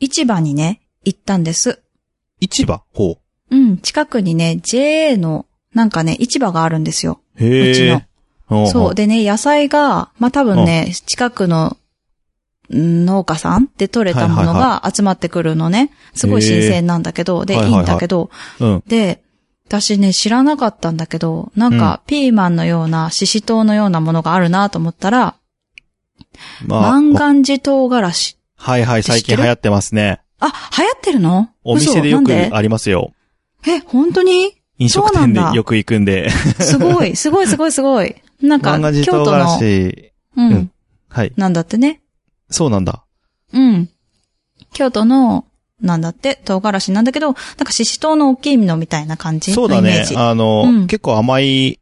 市場にね、行ったんです。市場ほうん、近くにね、JA の、なんかね、市場があるんですよ。う。へえ。うちののそう。でね、野菜が、まあ、多分ね、近くの、ん農家さんで取れたものはいが集まってくるのね。すごい新鮮なんだけど、で、はいいはいはいいんだけど、うん。で、私ね、知らなかったんだけど、なんか、ピーマンのような、シシトウのようなものがあるなと思ったら、まあ万、願寺唐辛子。はいはい、最近流行ってますね。あ、流行ってるのお店でよ嘘くなんでありますよ。え、本当に飲食そう店でなんだよく行くんで。すごい、すごい、すごい、すごい。なんか万願、京寺唐都辛の、子。ううんん、はい。なんだってね。そうなんだ。うん。京都の、なんだって、唐辛子なんだけど、なんかシシトウの大きいのみたいな感じのそイうだメーねジ。。あの、うん結構甘い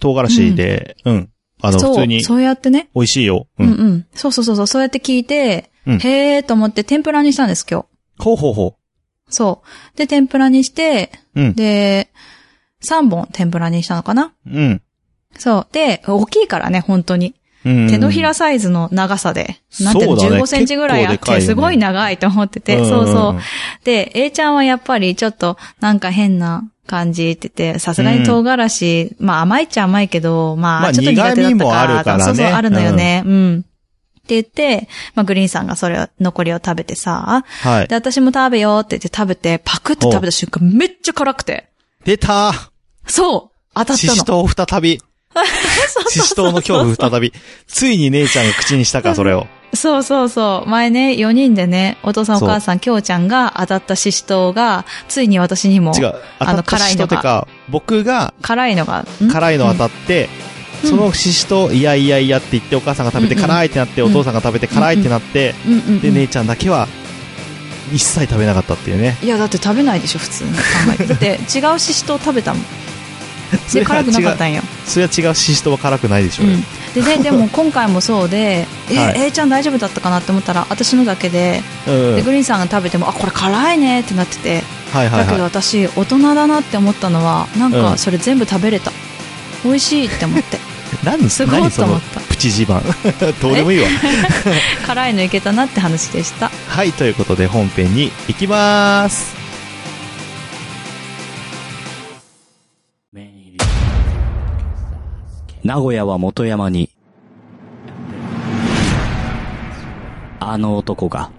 唐辛子で、うん、あの、そう普通にそうやってね。美味しいよ。ううんん。うん。そうそうそうそう、そうやって聞いて、うんへえーと思って天ぷらにしたんです、今日。ほうほうほそう。で、天ぷらにして、う。うん。で、3本天ぷらにしたのかなうん。そう。で、大きいからね、本当に。うん、手のひらサイズの長さで、なんていうの、そうだね15センチぐらいあっ結構でかいよて、ねすごい長いと思ってて、んんんそうそう。。で、A ちゃんはやっぱりちょっとなんか変な感じってて、さすがに唐辛子、まあ甘いっちゃ甘いけど、ままああちょっと苦手だったから、苦味もあるからねそうそう、あるのよね、うん。って言って、まあグリーンさんがそれを、残りを食べてさ、はいで、。私も食べようって言って食べて、パクって食べた瞬間めっちゃ辛くて。出たーそう当たったシの。シトウ 再び。シシトウの恐怖再び。ついに姉ちゃんが口にしたか、それを。そうそうそう。前ね、4人でね、お父さんおそう母さん、きょうちゃんが当たったシシトウが、ついに私にも違、う。当たあのったシシトウってか、僕が辛いのが、辛いの当たっって、うんそのシシトウ、いやいやいやって言って、お母さんが食べてうんうん辛いってなって、お父さんが食べて辛いってなって、た。うんうんうんで、姉ちゃんだけは、一切食べなかったっていうね。いや、だって食べないでしょ、普通 に考えて。だって、違うシシトウ食べたもん。そで、れは辛違くなかっうたんよ。それは違うシシトウは辛くないでしょううよ。ん。で ね、でも今回もそうで、え、はい A ちゃん大丈夫だったかなって思ったら、私のだけで、うんうで、ん。グリーンさんが食べても、あ、これ辛いねってなってて、はいはだいけどは私、大人だなって思ったのは、なんうか、んそれ全部食べれた。美味しいって思って。い。何すごい何とその思ったプチ自慢。 どうでもいいわ。辛いのいけたなって話でした。はい、ということで本編に行きまーす。名古屋は元山に、あの男が、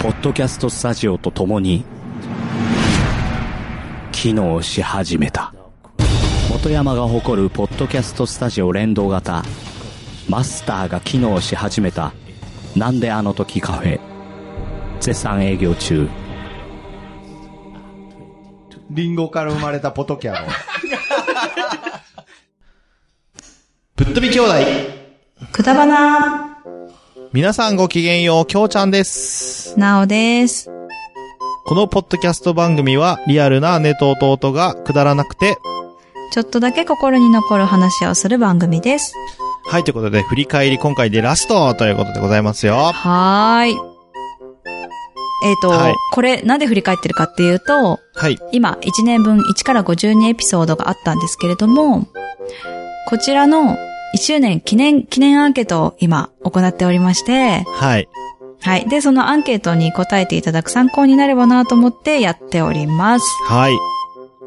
ポッドキャストスタジオと共に、機能し始めた。元山が誇るポッドキャストスタジオ連動型、マスターが機能し始めた、なんであの時カフェ、絶賛営業中。リンゴから生まれたポトキャロ。 ぶっ飛び兄弟くだばな皆さんごきげんよう、きょうちゃんです。なおです。このポッドキャスト番組は、リアルな姉と弟がくだらなくて、ちょっとだけ心に残る話をする番組です。はい、ということで、振り返り今回でラストということでございますはよ。ーい。えっ、と、はいこれなんで振り返ってるかっていうと、はい。今1年分1から52エピソードがあったんですけれども、こちらの1周年記念、記念アンケートを今行っておりまして、はい。はい。で、そのアンケートに答えていただく参考になればなと思ってやっております。はい。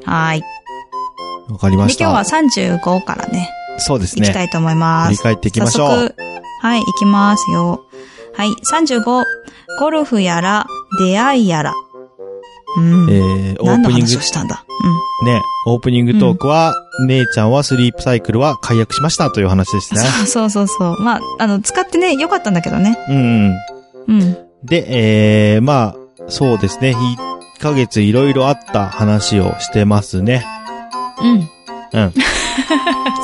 はい。で、わかりま今し日た。は35からね、そうです行きたね。いと思いま振りす。返っていきましょ早う。速、はい、行きますよ。はい、35、ゴルフやら、出会いやら。うん。えー、オ何ーのプニン話グを、したんだね、オープニングトークは、姉ちゃんはスリープサイクルは解約しましたという話でしたうん。ね。そうそうそうそう。まあ、あの、使ってね、よかったんだけどね。うんう ん。うん。で、えー、まあ、そうですね。1ヶ月いろいろあった話をしてますね。うん。うん。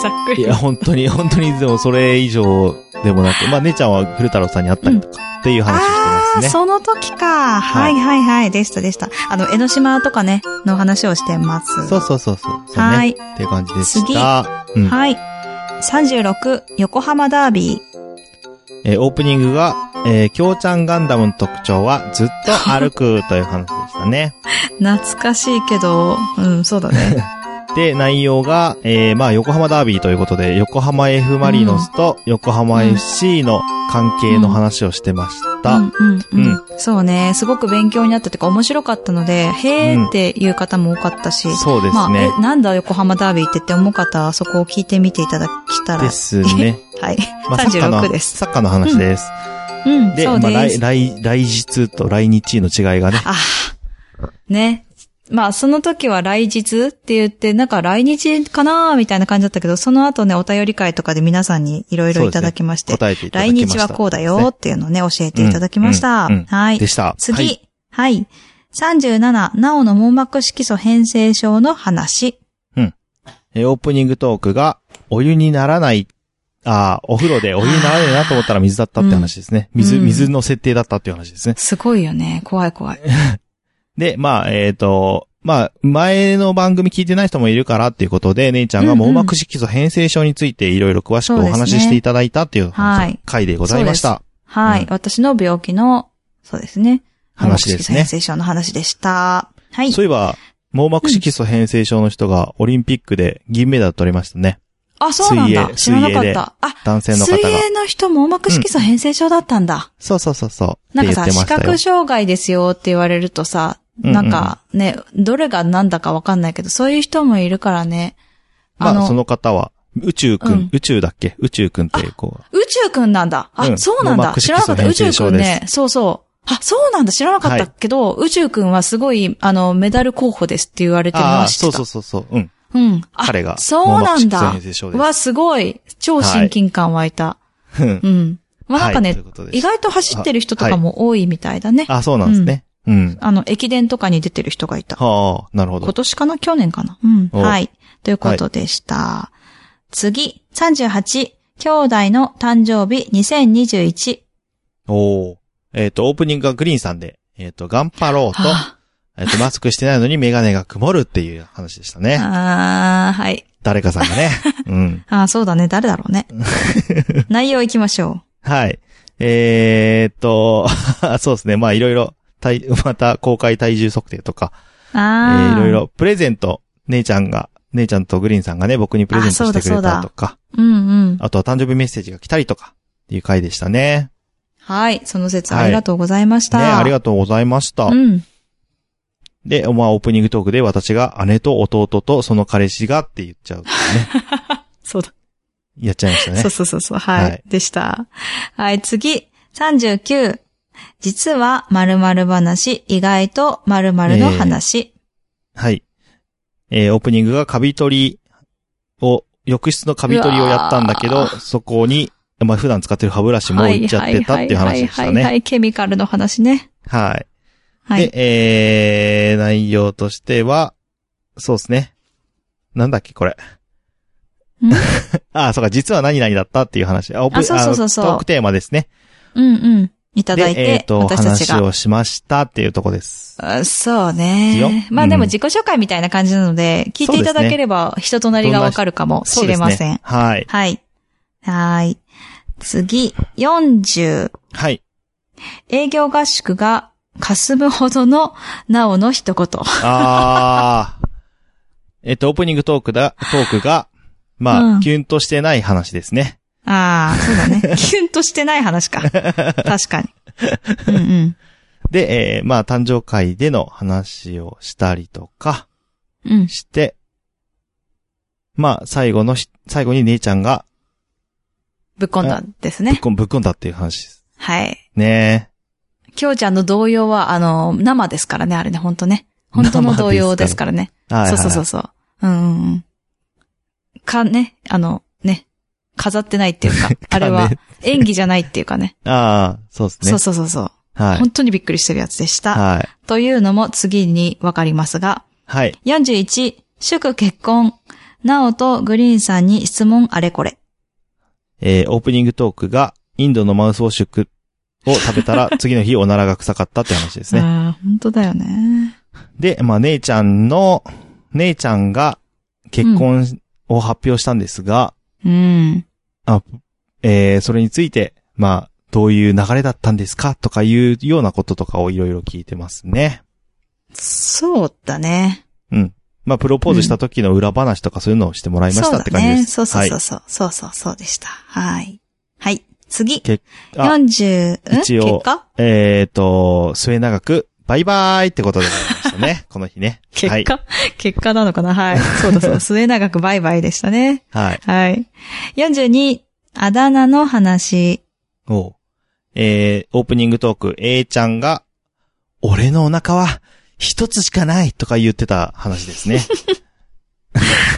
ざっくいり。 や、本当に、本当に、でもそれ以上でもなく、まあ、姉ちゃんは古太郎さんに会ったりとか、っていう話をしてあまーすね。その時か。はいはいはい。でしたでした。あの、江ノ島とかね、の話をしてます。そうそうそうそう。そうね、はい。っていう感じでした。うん。はい。36、横浜ダービー。えーオープニングが、えー、きょうちゃんガンダムの特徴は、ずっと歩くという話でしたね。懐かしいけど、うん、そうだね。で、内容が、えー、まあ、横浜ダービーということで、横浜 F ・マリノスと横浜 FC の関係の話をしてました。うんうんうんうんそうね、すごく勉強になったというか面白かったので、へうんーっていう方も多かったし、そうですまあ、ね。え、なんだ横浜ダービーってって思う方はそこを聞いてみていただけたら。です ね。はい。まあ、サッカー36の、です。サッカーの話です。うん、で、そまうあ、で来、す。来、来日と来日の違いがね。ああ、ね。まあ、その時は来日って言って、なんか来日かなーみたいな感じだったけど、その後ね、お便り会とかで皆さんにいろいろいただきまして、答えていただ来きました。日はこうだよーっていうのをね、教えていただきました。うんうんうんはいで。した。はい次。はい。37、なおの網膜色素変性症の話。えーオープニングトークが、お湯にならない、ああ、お風呂でお湯にならないなと思ったら水だったって話ですね。うん水、うん水の設定だったっていう話ですね。すごいよね。怖い怖い。で、まあ、えっ、と、まあ、前の番組聞いてない人もいるからっていうことで、姉ちゃんがうんうん網膜色素変性症についていろいろ詳しくそうおですね話ししていただいたっていうはい回でございました。はい。うん私の病気の、そうですね。話です網ね膜色素変性症の話でした。はい。そういえば、網膜色素変性症の人がオリンピックで銀メダル取れましたね。あ、そうなんだ。知水ら泳なかっ水泳でた。あ、男性の方水が。泳の人網膜色素変性症だったんだ。そうそうそうそう。なんかっさ、て言視ってましたよ覚障害ですよって言われるとさ、うんうんなんかね、どれがなんだかわかんないけど、そういう人もいるからね。あまあ、のそ、の方は、宇宙くん、うん宇宙だっけ宇宙くんっていう子が。宇宙くんなんだ。あ、うんそうなん網だ。膜知色らなか素った。宇変性宙く症んですね。そうそう。あ、そうなんだ。知らなかったけど、宇宙くんはすごい、あの、メダル候補ですって言われてるのああはー、知ってそた。うそうそうそう。うん。うん。あ彼がそうなんだ網膜色素変性症。ですわ、すごい。超親近感湧いた。うんうん。まあなんかはいねということ、で意した外と走ってる人とかも多いみたいだね。あ、そうなんですね。うん。あの、駅伝とかに出てる人がいた。はあ、なるほ今ど。年かな去年かなうん。おはい。ということでした。次、38、兄弟の誕生日2021。おーえっ、と、オープニングがグリーンさんで、えっ、と、ガンパローと、あえっ、と、マスクしてないのにメガネが曇るっていう話でしたね。あー、はい。誰かさんが ね。うん。あーそうだね。誰だろ うね。内容行きましょはい。えーっと、 そうですね。まあ、いろいろ、体また、公開体重測定とか、う。えあーー。いろい。ろ、プレゼント、姉ちゃんが、姉ちゃんとグリーンさんがね、僕にプレゼントしてくあそれうだそうだたとか、うんうん。あとは誕生日メッセージが来たりとか、っていう回でしたね。はい。その説はいありがとうございました。ね、ありががとうございました。うん。で、まあ、オープニングトークで私が姉と弟とその彼氏がって言っちゃうって いうね。そうだ。やっちゃいましたねそう。そうそうそう。はい。はいでした。はい、次。39。実は〇〇話、意外と〇〇の話。はい。えー、オープニングがカビ取りを、浴室のカビ取りをやったんだけうど、わそこに、まあ、普段使ってる歯ブラシもはい行っちゃってたっていう話でしはたいはいはいはね。い、ケミカルの話ね。はい。はい。で、えー、内容としては、そうですね。なんだっけ、これ。ん あ、そうか、実は何々だったっていう話。あ、オープあそうそうそうそうあのトークテーマですね。うんうん。いただいて、で、えっ、と、私たち話が。をしましたっていうとこです。あそうよね。まうあんでも自己紹介みたいな感じなので、聞いていただければ人となりがわかるかもしれまそうせですんね。はい。はい。はい。次、40。はい。営業合宿が霞むほどのなおの一言。あー。 えっと、オープニングトークだ、トークが、まあ、うんキュンとしてない話ですね。 ああ、そうだね。キュンとしてない話か。確かに。うんうん。で、えー、まあ、誕生会での話をしたりとかうん。して、まあ、最後のひ、最後に姉ちゃんがぶっこんだんですぶっね。こん、ぶっこんだっていう話です。はい。ねきょうちゃんの動揺は、あの、生ですからね、あれね、ほんとね。本当の動揺ですからね。え。はい、はい。そうそうそうそう。うんうんうん。かね、あの、ね、飾ってないって いうか、あれはね演技じゃないっていうかね。ああ、そう ですね。そうそうそうそう。はい。本当にびっくりしてるやつでした。はい。というのも次にわかりますが、はい。 41、祝結婚。なおとグリーンさんに質問あれこれ。えー、オープニングトークが、インドのマウスウォッシュクを食べ たら、次の日おならが臭かったって話ですね。ああ、本当だよね。で、まあ、姉ちゃんの、姉ちゃんが結婚を発表したんですが、うん。えー、それについて、まあ、どういう流れだったんですかとかいうようなこととかをいろいろ聞いてますね。そうだね。まあ、プロポーズした時の裏話とかそういうのをしてもらいましたって感じです。そうだね。そうそうそうはそう。そうそうそうでした。はい。はい。次。結あ40、ん一応結果い。えっ、と、末永く、バイバーイってことでございまし たね。この日ね。結果、結果なのかなはい。そうだそう だ。末永くバイバイでしたね。はい。ははい。い。42、あだ名の話。おうえー、オープニングトーク、A ちゃんが、俺のお腹は、一つしかないとか言ってた話です ね。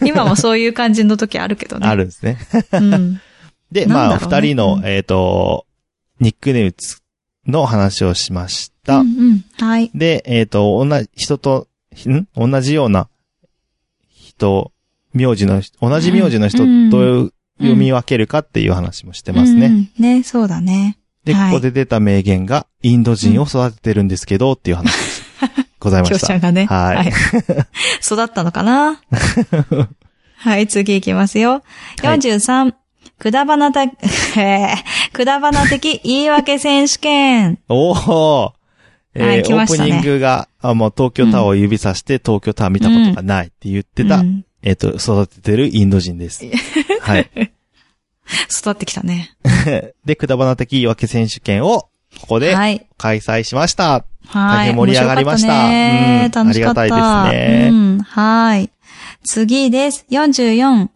今もそういう感じの時あるけどね。あ。るんですね。うん。で、なんまだあ、ろうね二人のう、んえっ、と、ニックネームつの話をしましうた。んうん。はい。で、えっ、と、同じ、人と、ん同じような人、名字の人、同じ名字の人とうん読み分けるかっていう話もしてますね。うんうん。ね、そうだね。で、こはいこで出た名言が、インド人を育ててるんですけど、っていう話でしたございま 強し者た。がね。はい 育ったのかなはい、次行きますよ。はい43、くだばなた、 えーくだばな的言い訳選手権。おおえーはい来オまーしプたねニングが、あ、もう東京タワーを指さして、東京タワー見たことがないって言ってた、うんえっ、と、育ててるインド 人です。はい。 育ってきたね。で、くだばな的言い訳選手権を、ここではい。開催しま した。はい。大変盛り上がりました面白かったねうん楽しかった。ありがたいですねうん、はい。次です。44。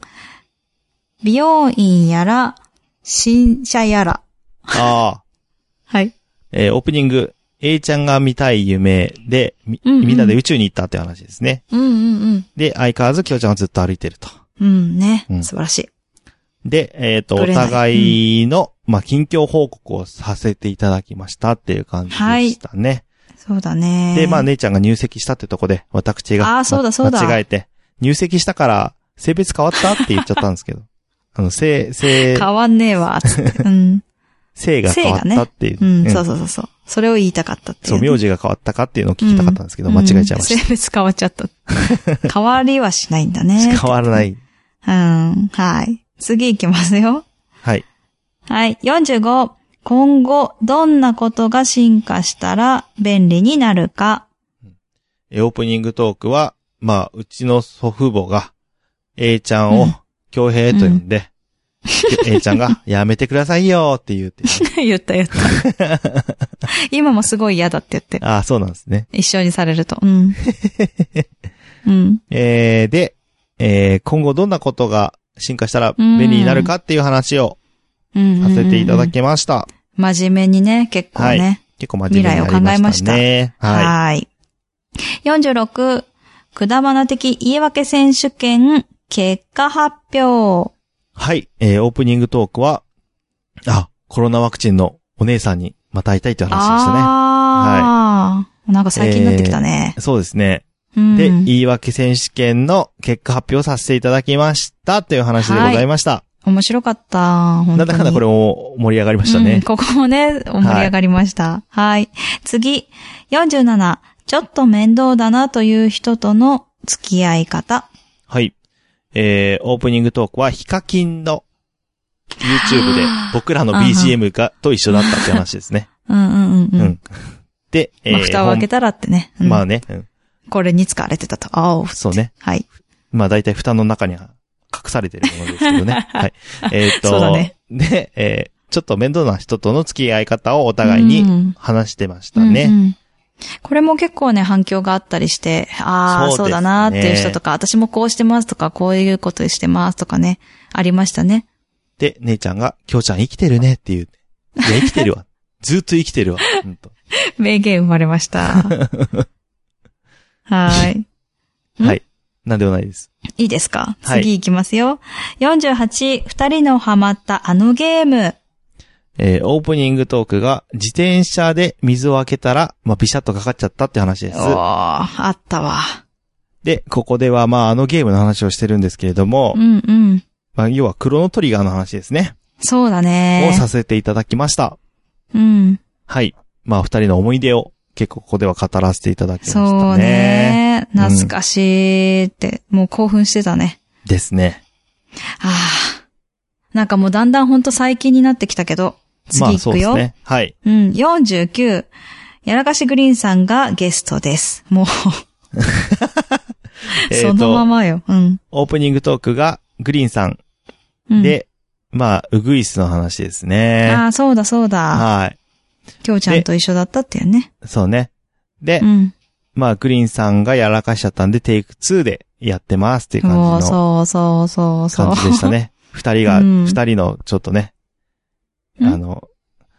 美容院やら、新車やら。ああ。はい。えーオープニング、A ちゃんが見たい夢で、み、うんうんみんなで宇宙に行ったって話ですね。うんうんうん。で、相変わらず、きょうちゃんはずっと歩いてると。うんね。うん素晴らしい。で、えっ、と、ぶおれない互いの、まあ、近況報告をさせていただきましたっていう感じでしたね。そうだね。で、まあ、姉ちゃんが入籍したってとこで、私が、あーそうだまそうだ間違えて、入籍したから、性別変わったって言っちゃったんですけど、 あの、性、性、変わんねえわ、つって。 うん。性が変わったっていう。うん、うんそうそうそうそう。それを言いたかったっていそうう、ね、名字が変わったかっていうのを聞きたかったんですけど、間違えちゃいましうん性別変わっちゃ った。変わりはしないんだねた。。変わらない。うん、はい。次行きますよ。はい。はい。45。今後、どんなことが進化したら便利になるか。えーオープニングトークは、まあ、うちの祖父母が、A ちゃんをうん、京平と呼んで、A ちゃんが、やめてくださいよって言うっていう。 言った言 った。今もすごい嫌だって言って。 ああ、そうなんですね。一緒にされると。うん。うん。えー、で、えー、今後どんなことが進化したら便利になるかっていう話をうん。させていただきました。真面目にね、結構はねい。。結構真面目になりましたね。未ははい。46、くだばな的言い訳選手権、結果発表。い。はい。えー、オープニングトークは、あ、コロナワクチンのお姉さんにまた会いたいっていう話でしたね。ああ、なんか最近になってきたね。そうですね。うんで、言い訳選手権の結果発表させていただきましたという話でございました。面白かった。本当になんだかんだこれも盛り上がりましたうんね。ここもね、盛り上がりました。はい。次、47、ちょっと面倒だなという人との付き合い方。はい。えー、オープニングトークはヒカキンの YouTube で僕らの BGM がと一緒だったって話ですね。うんうんうんうん。うんで、えー、まあ、蓋を開けたらってね。う本んまあね、うんこれに使われてたと。ああ、そうね。はい。まあ大体蓋の中には隠されてるものですけど ね。はい。えーっと、そうだねで、えー、ちょっと面倒な人との付き合い方をお互いに話してましたね。うんうんこれも結構ね、反響があったりして、ああ、そそうですねうだなーっていう人とか、私もこうしてますとか、こういうことしてますとかね、ありました ね。で、姉ちゃんが、きょうちゃん生きてるねっていう。いや、生きて るわ。ずっと生きてるわ。うんと。名言生まれま した。はい。んはい。なんでもないです。いいですかはい次いきますよ。48、二人のハマったあのゲーム。えーオープニングトークが、自転車で水を開けたら、まあ、ビシャッとかかっちゃったって話でおすー、。あったわ。で、ここでは、まあ、あのゲームの話をしてるんですけれどもう、んうん。まあ、要は、クロノトリガーの話ですね。そうだをねさ。せていただきました。うん。はい。まあ、二人の思い出を、結構ここでは語らせていただきましたね。そうね。うん懐かしいって、もう興奮してたね。ですね。ああ。なんかもうだんだんほんと最近になってきたけど。ま次あ、行そうくでよ。すね。はい。うん、49。やらかしグリーンさんがゲストです。もう。え そっのまと、まよ。うん。オープニングトークがグリーンさんうん、で、まあ、ウグイスの話ですね。ああ、そうだそうだ。はい。今日ちゃんと一緒だったっていうね。そうね。でう、ん。まあ、グリーンさんがやらかしちゃったんで、テイク2でやってますっていうそ感うじのそうそうそうそう。感じでし たね。二人が、うん二人のちょっとね、うんあの、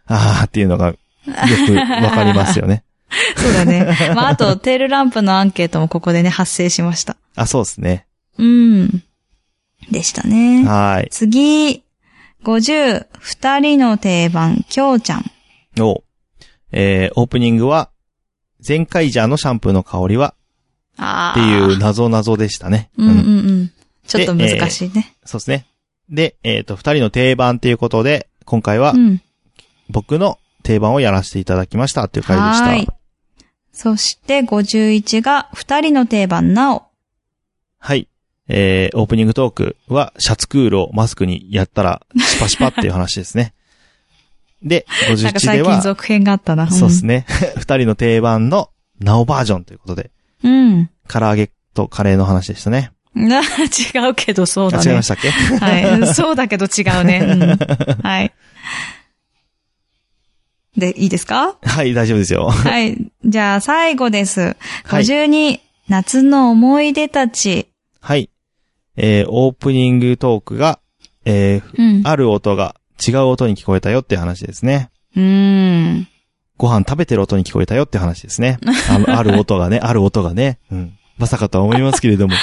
あーっていうのがよくわかりま すよね。そうだ ね。まあ、あと、テールランプのアンケートもここでね、発生しました。あ、そうですね。うん。でしたね。はーい。次、50、二人の定番、きょうちゃん。おえー、オープニングは、ゼンカイジャーのシャンプーの香りは、ああ。っていう謎謎でしたね。うんうんうん。ちょっと難しいね。そうですね。で、えっ、と、二人の定番ということで、今回はうん。僕の定番をやらせていただきましたっていう回でした。はーい。そして51が二人の定番なお。はい。えー、オープニングトークは、シャツクールをマスクにやったら、シパシパっていう話ですね。 で、なんか51で最近は、続編があったな。そうですね。 二人の定番の、ナオバージョンということで、うん。唐揚げとカレーの話でしたね。な、 違うけどそうだあ、ね。違いましたっけはい。そうだけど違うね。うん、はい。で、いいです か はい、大丈夫ですよ。はい。じゃあ最後です。はい52、夏の思い出たち。はい。えー、オープニングトークが、えー、うん。ある音が違う音に聞こえたよっていう話ですね。うーん。ご飯食べてる音に聞こえたよって話ですね。あ の、ある音がね、ある音がね。うん。まさかとは思います けれども。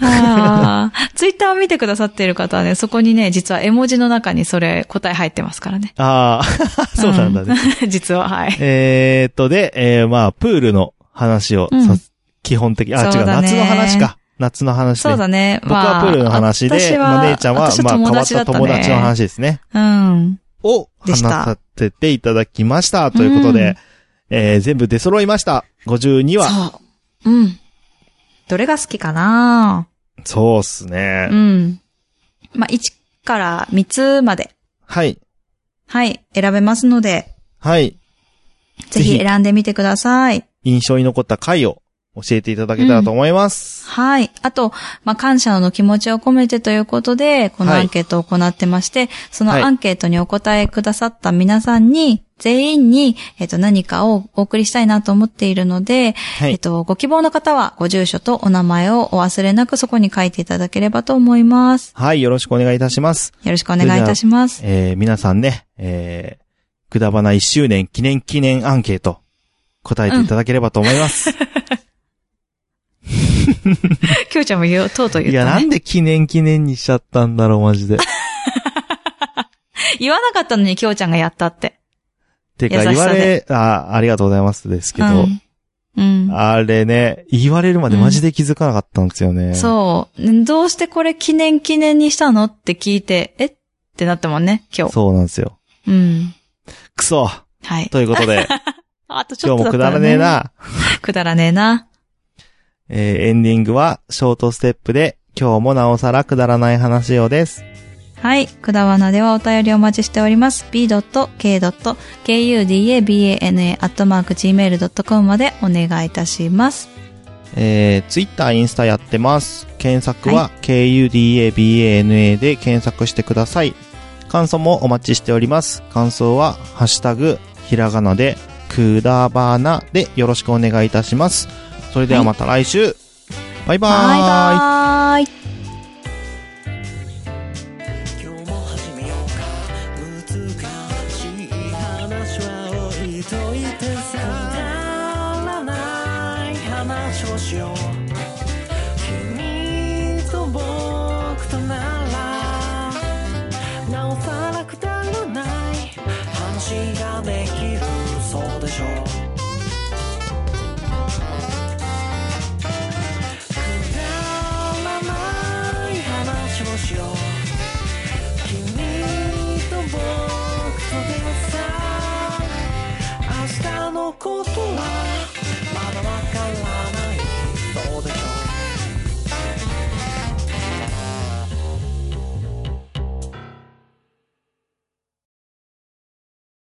ああ。ツイッターを見てくださっている方はね、そこにね、実は絵文字の中にそれ答え入ってますからね。 ああ、 そうなんだね。うん。実は、はい。えーっと、で、えー、まあ、プールの話をさ、うん基本的、あ、違う、そうだね夏の話か。夏の話で。そうだね。僕はプールの話で、私まあ、姉ちゃんは、私まあ、変わったね友達の話ですね。うん。をで話したさせていただきました。ということで、えー全部出揃いました。52話。そう。うん。どれが好きかなそうっすね。うん。まあ、1から3つまで、はい。はい、選べますので、はい。ぜひぜひ選んでみてください。印象に残った回を教えていただけたらと思います。はい。あと、まあ、感謝の気持ちを込めてということで、このはいアンケートを行ってまして、そのはいアンケートにお答えくださった皆さんに、全員に、えっと、何かをお送りしたいなと思っているので、はいえっと、ご希望の方は、ご住所とお名前をお忘れなくそこに書いていただければと思います。はい。よろしくお願いいたします。よろしくお願いいたし ます。えー皆さんね、えー、くだばな1周年記念記念アンケート、答えていただければと思います。きょうちゃんも言おう、とうとう言いや、ったなねん。で記念記念にしちゃったんだろう、マジ で。言わなかったのにきょうちゃんがやったって。てか、優言しわさでれ、あ、ありがとうございますですけど、うん。うんあれね、言われるまでマジで気づかなかったんですよね。そう。んどうしてこれ記念記念にしたのって聞いて、えってなったもんね、今日。そうなんですよ。うん。くそはい。ということで、あ とちょっ今と日だったもくだらねえ。な、くだらねえな。えーエンディングは、ショートステップで、今日もなおさらくだらない話をです。はい。くだわなではお便りお待ちしております。b.k.kudabana.gmail.com までお願いいたします。えー、ツイッター、インスタやってます。検索は、は KUDABANA で検索してください。感想もお待ちしております。感想は、ハッシュタグ、ひらがなで、くだばなでよろしくお願いいたします。それではまた来週、バイバーバイバーイ。今日も始めようか難しい話は置いといてさくだらない話をしよう